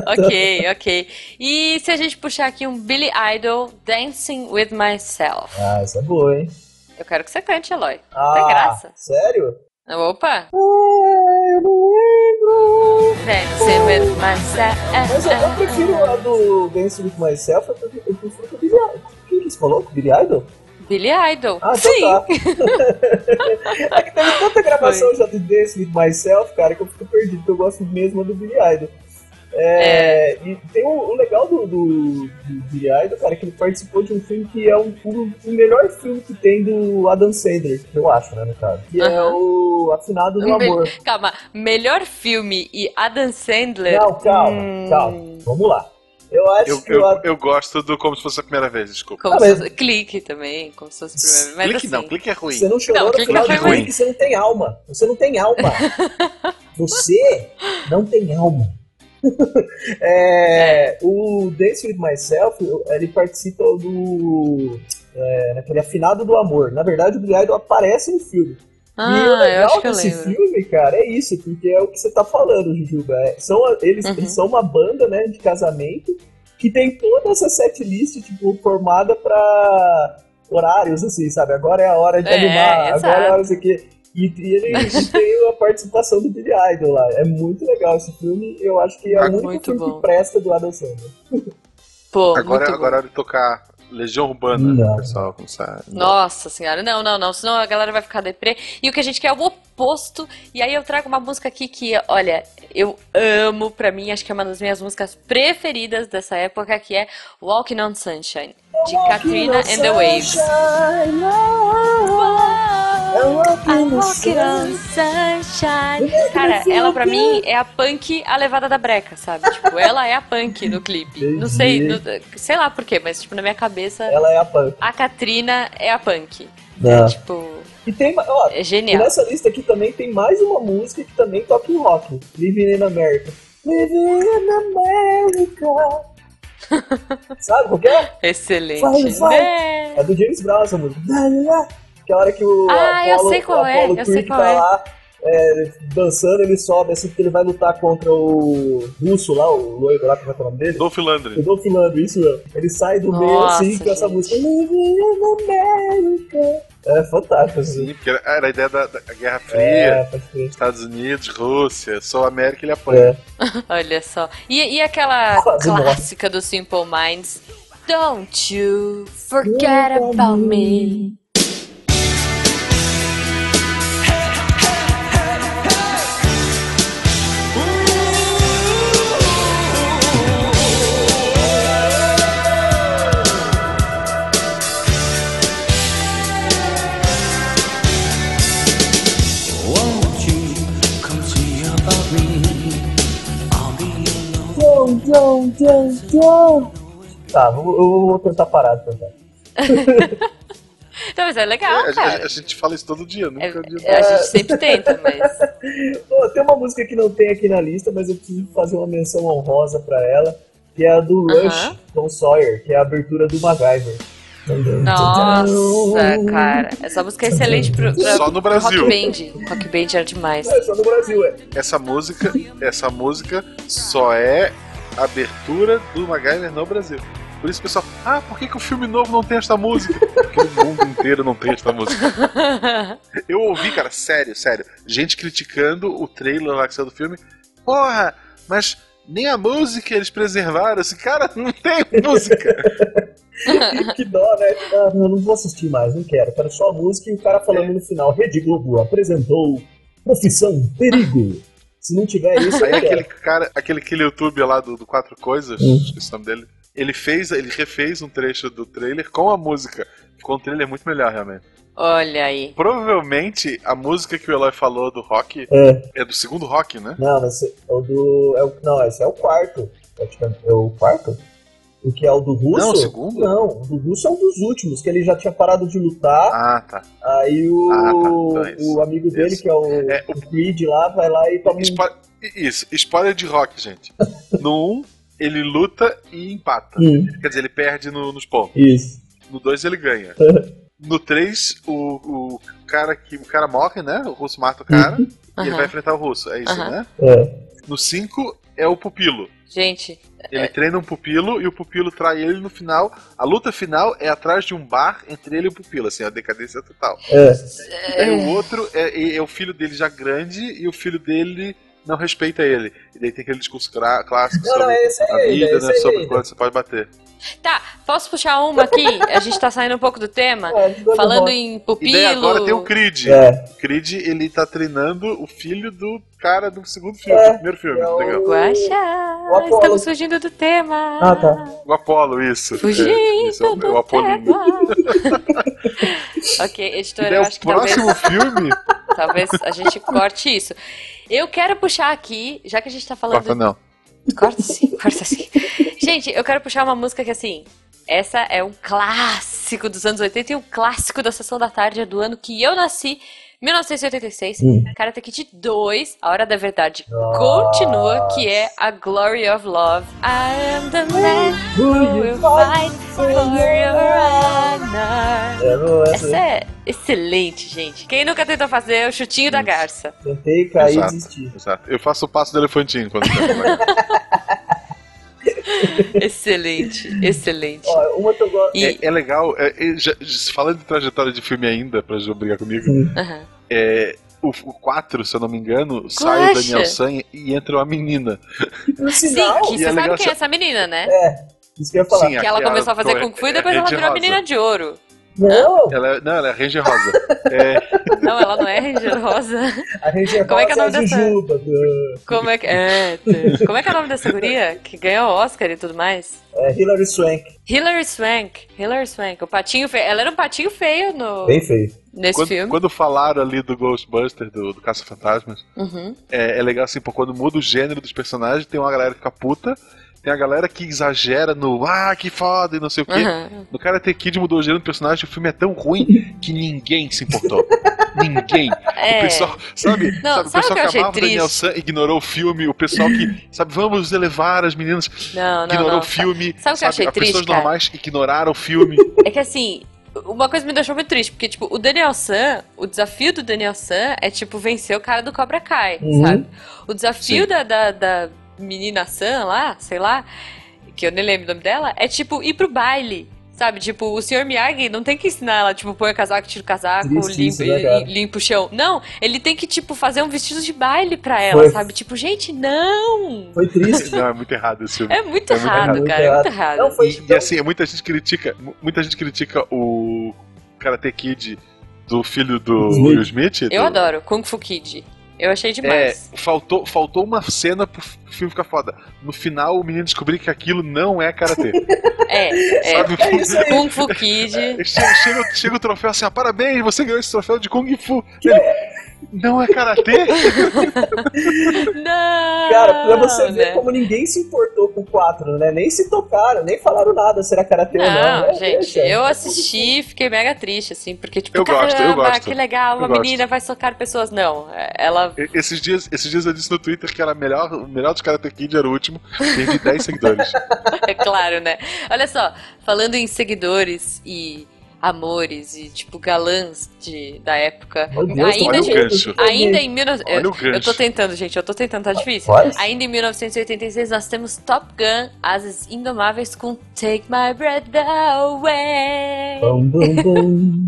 Ok, ok. E se a gente puxar aqui um Billy Idol, Dancing with Myself.
Ah, essa é boa, hein?
Eu quero que você cante, Eloy.
Ah,
Tem graça.
Sério?
Opa!
Ah, eu não lembro.
Dancing with myself.
Mas eu,
É.
eu prefiro a do Dance With Myself, eu prefiro, eu prefiro que o Billy Idol. O que que você falou? Que o Billy Idol?
Billy Idol.
Ah, então
Sim.
tá. é que teve tanta gravação já do Dance With Myself, cara, que eu fico perdido, porque eu gosto mesmo do Billy Idol. É, E tem o, o legal do, do, do Billy Idol, cara, que ele participou de um filme que é um, um- o melhor filme que tem do Adam Sandler, eu acho, né, no caso. Que é o Afinado do
Um be-
Amor.
Calma, melhor filme e Adam Sandler.
Não, calma,
Hum,
calma. Vamos lá. Eu acho
Eu,
que o
eu, eu gosto do como se fosse a primeira vez, desculpa.
Como
Ah,
se
mas-
fosse- Clique também, como se fosse primeiro. Mas
clique
assim,
não, clique é ruim.
Você não chegou
Não,
no
clica
final
foi
do filme
ruim.
que você não tem alma. Você não tem alma. você não tem alma. É, o Dance With Myself, ele participa do... É, naquele afinado do amor. Na verdade, o Billy Idol aparece no filme. e o
Ah, eu
legal
acho que eu
desse
lembro.
filme, cara, é isso, porque é o que você tá falando, Jujuba. É, são, a- eles,
Uhum.
eles são uma banda, né, de casamento, que tem toda essa setlist, tipo, formada pra horários, assim, sabe? Agora é a hora de
É,
animar,
exato.
agora é a hora, não sei o quê. E, e ele e tem a participação do Billy Idol lá. É muito legal esse filme. Eu acho que é
Ah,
o único
muito
filme
bom.
que presta do Adam Sandler.
Pô,
Agora,
muito bom.
agora é hora de tocar Legião Urbana,
Não.
pessoal. Começar.
Nossa senhora, não, não, não, senão a galera vai ficar deprê. E o que a gente quer é o oposto. E aí eu trago uma música aqui que, olha, eu amo pra mim, acho que é uma das minhas músicas preferidas dessa época, que é Walking on Sunshine, de Katrina and the Waves.
Sunshine, oh, oh, oh, I'm walking on
Walking on sunshine. Cara, ela pra mim é a punk a levada da breca, sabe? Tipo, ela é a punk no clipe. Não sei,
Entendi.
no- sei lá por quê, mas tipo, na minha cabeça,
Ela é a punk.
a Katrina é a punk.
Não.
Tipo,
E tem. ma- Ó,
é
e
genial.
nessa lista aqui também tem mais uma música que também toca em rock: Living in America. Living in America. Sabe qual que é?
Excelente.
Vai, vai.
Né?
É do James Brown essa música. Lá, lá, lá. Que a hora que o
Ah, eu
Apollo,
sei qual
o
é,
Apollo
eu sei
Creed
qual
tá
é.
lá é, dançando, ele sobe assim porque ele vai lutar contra o russo lá, o loiro lá, como é que é o nome dele?
Dolph Landry.
Eu dou filando, isso mesmo. Ele sai do meio
Nossa,
assim com essa
gente.
música. Living in America. É fantástico, assim.
Sim, porque era- era a ideia da, da Guerra Fria.
É, pode crer.
Estados Unidos, Rússia, só a América ele apanha.
É.
Olha só. E, e aquela
Quase morre.
clássica do Simple Minds? Don't you forget about me.
Won't you come see about me? I'll be alone.
John, John, John, John. Tá, vou- eu vou tentar parar de cantar.
Então, mas é legal,
a, a-
cara.
a gente fala isso todo dia, nunca
É-
digo.
é, a gente sempre tenta, mas.
Ô, tem uma música que não tem aqui na lista, mas eu preciso fazer uma menção honrosa pra ela, que é a do Rush,
Aham.
Tom Sawyer, que é a abertura do MacGyver.
Nossa, cara. Essa música é excelente pro, pra
Só no Brasil.
Rock Band. Rock Band era demais.
É só no Brasil, é.
Essa música, essa música só é a abertura do MacGyver no Brasil. Por isso que o pessoal, ah, por que, que o filme novo não tem esta música? Porque o mundo inteiro não tem esta música. Eu ouvi, cara, sério, sério, gente criticando o trailer lá que saiu do filme. Porra, mas nem a música eles preservaram. Esse cara não tem música.
Que dó, né? Ah, eu não vou assistir mais, não quero. Quero só a música e o cara falando no final, Rede Globo apresentou Profissão Perigo. Se não tiver isso, eu
Aí
não
aquele
quero.
cara, aquele, aquele YouTube lá do, do Quatro Coisas,
é Hum.
esqueci o nome dele, ele fez, ele refez um trecho do trailer com a música. Ficou um trailer muito melhor, realmente.
Olha aí.
Provavelmente a música que o Eloy falou do rock
É.
é do segundo rock, né?
Não, mas esse é o do. É o, não, esse é o quarto. praticamente. É o quarto? O que é o do russo?
Não, o segundo?
Não, o do russo é um dos últimos, que ele já tinha parado de lutar.
Ah, tá.
Aí o,
Ah, tá. Então é isso.
o amigo dele,
Isso.
que é o,
É,
o Creed lá, vai lá e toma um...
Spo- Isso, spoiler de rock, gente. No 1, um, ele luta e empata.
Hum,
Quer dizer, ele perde no- nos pontos.
Isso. É,
No 2 ele ganha. No 3, o, o cara que. O cara morre, né? O russo mata o cara
Uhum.
e ele
Aham.
vai enfrentar o russo. É isso,
Aham.
né?
É.
No 5 é o pupilo.
Gente,
Ele treina um pupilo e o pupilo trai ele no final. A luta final é atrás de um bar entre ele e o pupilo, assim, a decadência total.
É.
E Aí o outro é, é- é o filho dele já grande e o filho dele não respeita ele. E daí tem aquele discurso cra- clássico
Não, não,
sobre
é esse
a
aí, é
vida, né?
esse
Sobre
aí.
quando você pode bater.
tá. Posso puxar uma aqui? A gente tá saindo um pouco do tema.
É, de Golden
Falando
Rock.
em
E daí agora tem o
pupilo.
Creed.
É,
O Creed, ele tá treinando o filho do cara do segundo filme,
É,
do primeiro filme.
é o-
Legal.
O
Guaxá,
Apollo.
estamos fugindo do tema.
Ah, tá.
O Apolo, isso.
Fugindo
É, isso, é o,
do
é o Apolíneo.
tema. ok,
E
editora,
daí
eu
o
acho que talvez
próximo filme.
Talvez a gente corte isso. Eu quero puxar aqui, já que a gente tá falando.
Corta, não.
Corta sim, corta assim. sim. Gente, eu quero puxar uma música que assim. Essa é um clássico dos anos 80 e um clássico da sessão da tarde é do ano que eu nasci, 1986.
Hum.
Karate Kid 2, A Hora da Verdade
Nossa.
continua, que é a Glory of Love. I am the man who will fight for your honor.
É, não, essa
Essa é excelente, gente. Quem nunca tentou fazer é o chutinho da garça.
eu Tentei cair e
Exato.
desistir.
Exato. Eu faço o passo do elefantinho quando eu
Excelente, excelente.
Ó, uma que eu gosto...
E,
é, é legal, é, é, já- já- falando de trajetória de filme ainda, pra Ju brigar comigo,
aham.
é, o, o 4, se eu não me engano, sai o
Guaxa.
Daniel San e entra uma menina.
Por
Sim,
sinal,
E
que
é
você sabe
legal
quem é
essa-
essa menina, né?
isso que eu ia falar.
que ela
aquela
começou a fazer
ator-
Kung Fu e
é
depois ela
Ranger
virou a
Rosa.
menina de ouro.
Não,
Ela, é- não, ela é Ranger Rosa. É,
Não, ela não é Ranger Rosa.
a gente ia
Como é
falar
que é o
só
nome dessa-
Jujuba. do-
Como é que é, tá. Como é, que é o nome dessa guria que ganhou o Oscar e tudo mais?
É Hilary Swank.
Hilary Swank. Hilary Swank. O patinho feio. Ela era um patinho feio no,
Bem feio.
nesse
Quando,
filme.
quando falaram ali do Ghostbuster, do, do Caça Fantasmas,
Uhum.
é, é legal assim, pô, quando muda o gênero dos personagens, tem uma galera que fica puta, tem a galera que exagera no ah, que foda e não sei o quê.
Aham.
No Karate Kid mudou o gênero do personagem, o filme é tão ruim que ninguém se importou. ninguém. O
É.
pessoal, sabe,
Não,
sabe, o
sabe o
pessoal
que eu achei
amava o Daniel
triste?
San ignorou o filme, o pessoal que, sabe, vamos elevar as meninas,
Não, não,
ignorou
não.
o filme,
Sabe o que eu achei
as pessoas
triste, cara?
normais ignoraram o filme.
É que assim, uma coisa me deixou muito triste, porque, tipo, o Daniel San, o desafio do Daniel San é, tipo, vencer o cara do Cobra Kai,
Uhum.
sabe? O desafio
Sim.
da, da, da menina San lá, sei lá, que eu nem lembro o nome dela, é, tipo, ir pro baile. Sabe, tipo, o senhor Miyagi não tem que ensinar ela, tipo, põe o casaco, tira o casaco,
Triste
limpa, eh,
isso, né, cara?
limpa o chão. Não, ele tem que, tipo, fazer um vestido de baile pra ela,
Foi.
sabe? Tipo, gente, não!
Foi triste.
Não, é muito errado esse filme.
É muito
É muito
errado,
errado.
cara, é muito errado.
Não, foi
E, e assim, muita gente critica, mu- muita gente critica o Karate Kid do filho do
Smith.
Will Smith.
Eu
do-
adoro Kung Fu Kid. Eu achei
É,
demais.
faltou, faltou uma cena pro f- filme ficar foda. No final, o menino descobriu que aquilo não é karatê.
É, é.
sabe?
É isso aí.
Kung Fu Kid.
Chega, chega- chega o troféu assim, ah, parabéns, você ganhou esse troféu de Kung Fu. Ele, não é karatê?
Não!
Cara, pra você ver
né?
como ninguém se importou com o 4, né? Nem se tocaram, nem falaram nada se era karatê ou não.
Não,
né?
gente,
Deixa.
eu assisti e fiquei mega triste, assim, porque, tipo,
Eu
caramba,
gosto, eu gosto.
que legal, uma
Eu gosto.
menina vai socar pessoas. Não, é, ela.
E- Esses dias, esses dias eu disse no Twitter que era melhor, o melhor dos Karate Kid era o último. Teve 10 seguidores.
É claro, né? Olha só, falando em seguidores e amores e, tipo, galãs de, da época.
Meu Deus,
ainda,
olha o
gente,
gancho.
Ainda em 19...
Olha o
eu,
gancho.
eu tô tentando, gente, eu tô tentando, tá difícil.
Faz.
Ainda em 1986 nós temos Top Gun, Asas Indomáveis com Take My Breath Away.
Bum, bum, bum.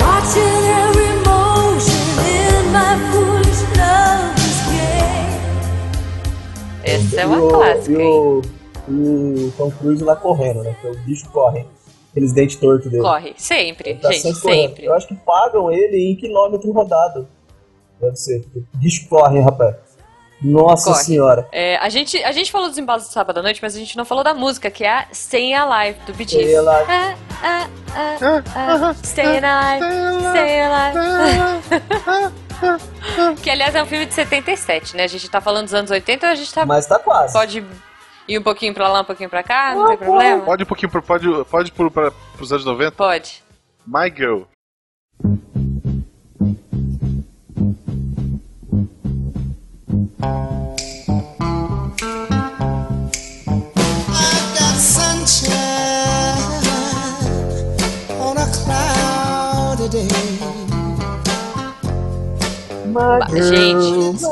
Watching every motion in my foolish lover's game.
Essa é
E
uma
o-
clássica,
E
hein?
o, e o Tom Cruise lá correndo, né? Porque o bicho corre. Aqueles dentes tortos dele.
Corre, sempre,
Ele tá
gente,
correndo.
sempre.
Eu acho que pagam ele em quilômetro rodado. Deve ser. porque O bicho corre, hein, rapaz. Nossa
Corre.
senhora.
É, a, gente, a gente falou dos embalos do sábado à noite, mas a gente não falou da música, que é a Stay Alive, do Bee Gees.
Stay Alive.
Ah, ah, ah, ah, Stay Alive, Stay Alive. ah, que, aliás, é um filme de 77, né? A gente tá falando dos anos 80, a gente tá...
Mas tá quase.
Pode ir um pouquinho pra lá, um pouquinho pra cá,
Ah,
não tem problema?
Pode um pouquinho pro, pode, pode pro, pra, pros anos 90?
Pode.
My Girl.
I've got sunshine on a cloudy day.
My
Ba-
girl,
gente.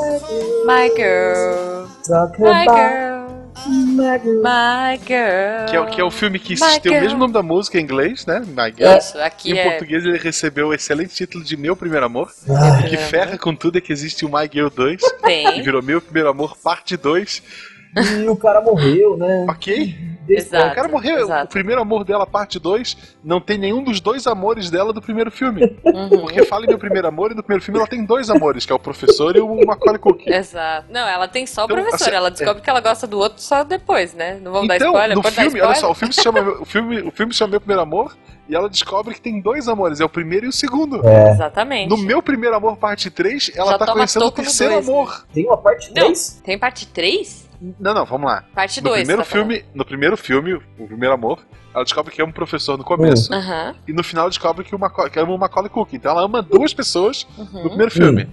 my
My
girl,
girl,
talk
my
about
girl,
my girl.
my girl.
Que é, que é o filme que
My
tem o
Girl.
mesmo nome da música em inglês, né? My Girl.
Isso,
E
aqui
em
é...
português ele recebeu o excelente título de Meu Primeiro Amor.
Ah.
O que ferra com tudo é que existe o My Girl 2, que
Tem,
virou Meu Primeiro Amor Parte 2.
E o cara morreu, né?
Ok?
exato.
o cara morreu. O
exato.
primeiro amor dela, parte 2, não tem nenhum dos dois amores dela do primeiro filme.
Uhum.
Porque fala em Meu Primeiro Amor e no primeiro filme ela tem dois amores, que é o professor e o Macaulay Culkin.
Exato. Não, ela tem só o
Então,
professor.
assim,
ela descobre que ela gosta do outro só depois, né? Não vamos dar
Então,
spoiler,
no
pode
filme,
dar
olha
spoiler.
só, o filme se chama o filme, o filme se chama Meu Primeiro Amor e ela descobre que tem dois amores, é o primeiro e o segundo.
É.
Exatamente.
No meu primeiro amor, parte 3, ela
Já
tá
toma
conhecendo o
toco no
terceiro
dois, né?
amor.
Tem uma parte
Não.
3?
Tem parte 3?
Não, não, vamos lá.
Parte
No
2.
primeiro,
tá falando.
filme, no primeiro filme, o primeiro amor, ela descobre que ama um professor no começo.
Aham.
E no final descobre que, o Maca- que ama o Macaulay Culkin. Então ela ama duas pessoas no
Uhum.
primeiro
Hum.
filme.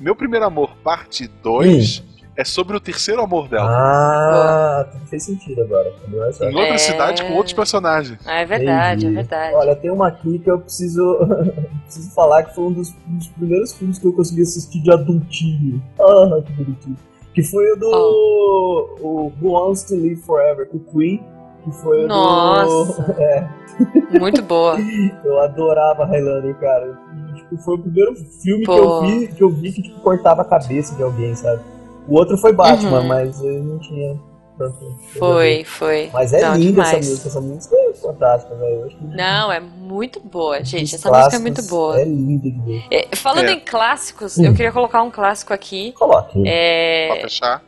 Meu primeiro amor, parte 2,
Hum.
é sobre o terceiro amor dela.
Ah, tudo fez sentido agora. entendeu? Essa-
Em outra
É.
cidade com outros personagens.
Ah, é verdade,
Entendi.
é verdade.
Olha, tem uma aqui que eu preciso, preciso falar que foi um dos, um dos primeiros filmes que eu consegui assistir de adultinho. Ah, que bonitinho. Que foi o do o Who Wants to Live Forever, com o Queen. Que foi o
Nossa.
do. É,
Muito boa.
eu adorava Highlander, cara. Tipo, foi o primeiro filme que
Pô.
eu vi que eu vi que tipo, cortava a cabeça de alguém, sabe? O outro foi Batman,
Uhum.
mas eu não tinha.
Foi, foi.
Mas é
Não,
linda
demais.
essa música, essa música é fantástica, velho. Eu acho que
Não, é muito boa, gente.
dos
Essa música é
clássicos,
muito boa.
É linda de ver.
É, falando
É.
em clássicos,
Hum.
eu queria colocar um clássico aqui.
Coloque.
Pra
É...
fechar.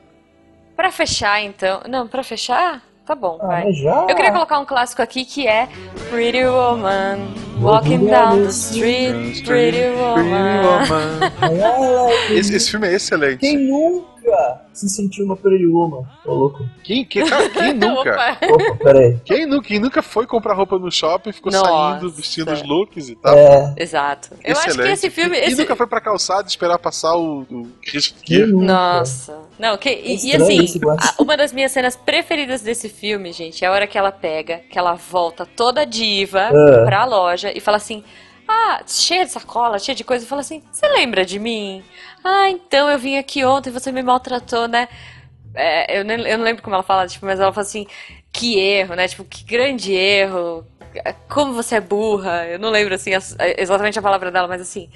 Pra fechar, então. Não, pra fechar? Tá bom,
Ah,
vai.
mas já.
Eu queria colocar um clássico aqui que é Pretty Woman. Walking down the street, Pretty Woman.
Esse, esse filme é excelente.
Quem nunca se sentiu uma periúma? Ô, louco.
Quem, quem, cara, quem nunca?
Opa.
Opa, peraí.
Quem nunca, quem nunca foi comprar roupa no shopping, ficou
Nossa.
saindo, vestindo os looks e tal.
É,
Exato. Eu acho que
Excelente.
esse filme.
Quem
Esse...
nunca foi pra calçada esperar passar o, o Richard
quem
Gere?
nunca?
Nossa. Não, que, e, e
estranho
assim,
esse gosto.
a- uma das minhas cenas preferidas desse filme, gente, é a hora que ela pega, que ela volta toda diva
É.
pra loja e fala assim. Ah, cheia de sacola, cheia de coisa, e fala assim: Você lembra de mim? Ah, então eu vim aqui ontem, você me maltratou, né? É, eu, nem- eu não lembro como ela fala, tipo, mas ela fala assim: Que erro, né? Tipo, que grande erro, como você é burra. Eu não lembro assim as- exatamente a palavra dela, mas assim,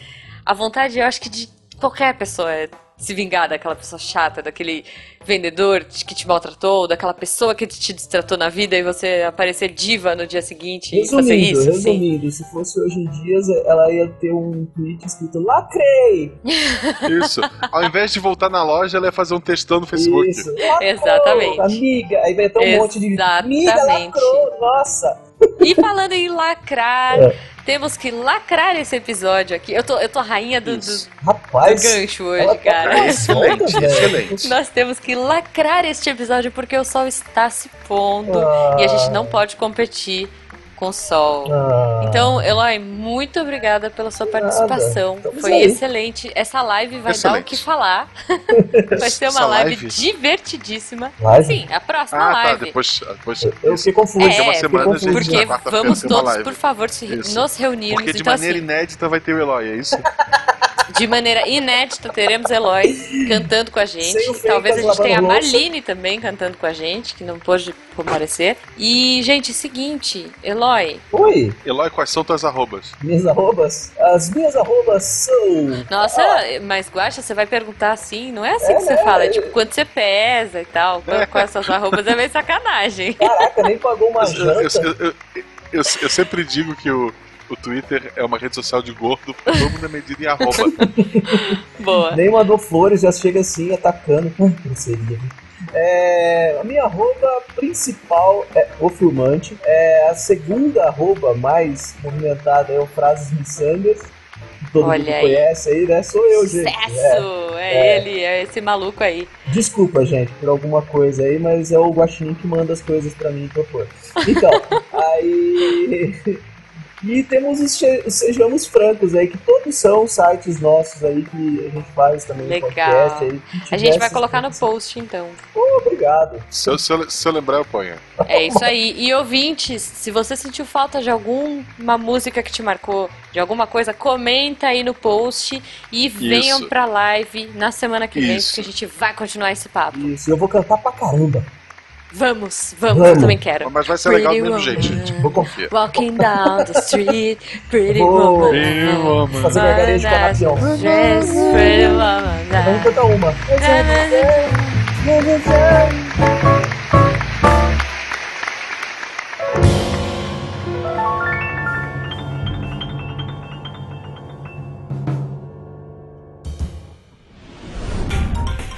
a vontade eu acho que de qualquer pessoa é se vingar daquela pessoa chata, daquele vendedor que te maltratou, daquela pessoa que te destratou na vida e você aparecer diva no dia seguinte e fazer
Resumindo,
isso, assim.
resumindo, se fosse hoje em dia, ela ia ter um tweet escrito Lacrei!
Isso. Ao invés de voltar na loja, ela ia fazer um textão no Facebook.
Isso, lacrou,
Exatamente.
Amiga, aí vai ter um monte de Amiga,
Exatamente.
lacrou, nossa!
E falando em lacrar,
É.
temos que lacrar esse episódio aqui. Eu tô, eu tô a rainha do, do,
Isso.
do
Rapaz,
gancho
ela
hoje,
tá
cara.
É excelente,
Nossa,
excelente.
Nós temos que lacrar este episódio porque o sol está se pondo
Ah.
e a gente não pode competir com o sol.
Ah,
Então, Eloy, muito obrigada pela sua
nada.
participação.
Estamos
Foi
aí.
excelente. Essa live vai dar o
Excelente.
que falar. Vai ser uma
Essa
live,
live?
divertidíssima.
live?
Sim, a próxima
Ah, tá.
live.
Depois. depois
Eu
isso.
fiquei confuso.
É,
Daqui a uma
fiquei
semana a gente
confuso.
Porque
na quarta-feira
vamos
tem uma
todos,
live.
por favor, se re-
Isso.
nos reunirmos.
Porque de
então,
maneira
assim,
inédita vai ter o Eloy, é isso?
de maneira inédita, teremos Eloy cantando com a
Sem o
gente.
Freitas
Talvez a gente
lavando
tenha a
louça.
Marlene também cantando com a gente, que não pôde comparecer. E, gente, seguinte, Eloy,
Oi,
Eloy, quais são tuas arrobas?
minhas arrobas? As minhas arrobas são.
nossa, mas Guaxa, você vai perguntar assim, não é assim
É,
que você
né?
fala, é tipo, quanto você pesa e tal, qual- quais são as arrobas, é meio sacanagem.
Caraca, nem pagou uma
Eu, eu-
janta.
eu- eu- eu- eu sempre digo que o, o Twitter é uma rede social de gordo, porque todo mundo é medido em arroba.
Boa.
Nem mandou flores, já chega assim atacando. Ai, que grosseria. né? É, a minha arroba principal é o filmante. É, a segunda arroba mais movimentada é o Frases Missangas. que Todo
Olha
mundo
aí.
conhece aí, né? Sou eu, gente. É.
Sucesso! É, ele, é esse maluco aí.
Desculpa, gente, por alguma coisa aí, mas é o Guaxinim que manda as coisas pra mim propor. Então, aí. E temos os Che- os Sejamos Francos aí, que todos são sites nossos aí que a gente faz também no
Legal.
podcast. Aí, que
A gente
tiver
vai
esses
colocar no
links.
post, então.
Pô, obrigado.
Se eu, se eu- se eu lembrar, eu ponho.
É isso aí. E ouvintes, se você sentiu falta de alguma música que te marcou, de alguma coisa, comenta aí no post e venham pra live na semana que vem,
Isso.
porque a gente vai continuar esse papo.
Isso, eu vou cantar pra caramba.
Vamos, vamos, eu
Vamos.
também quero.
Mas vai ser legal do mesmo
Pretty
jeito,
woman.
gente. Vou confiar.
Walking down the street, pretty
Vou.
woman.
Pretty
Vou
woman.
fazer gargarejo com a Rapião.
Dress, pretty woman.
Vamos cantar uma.
É.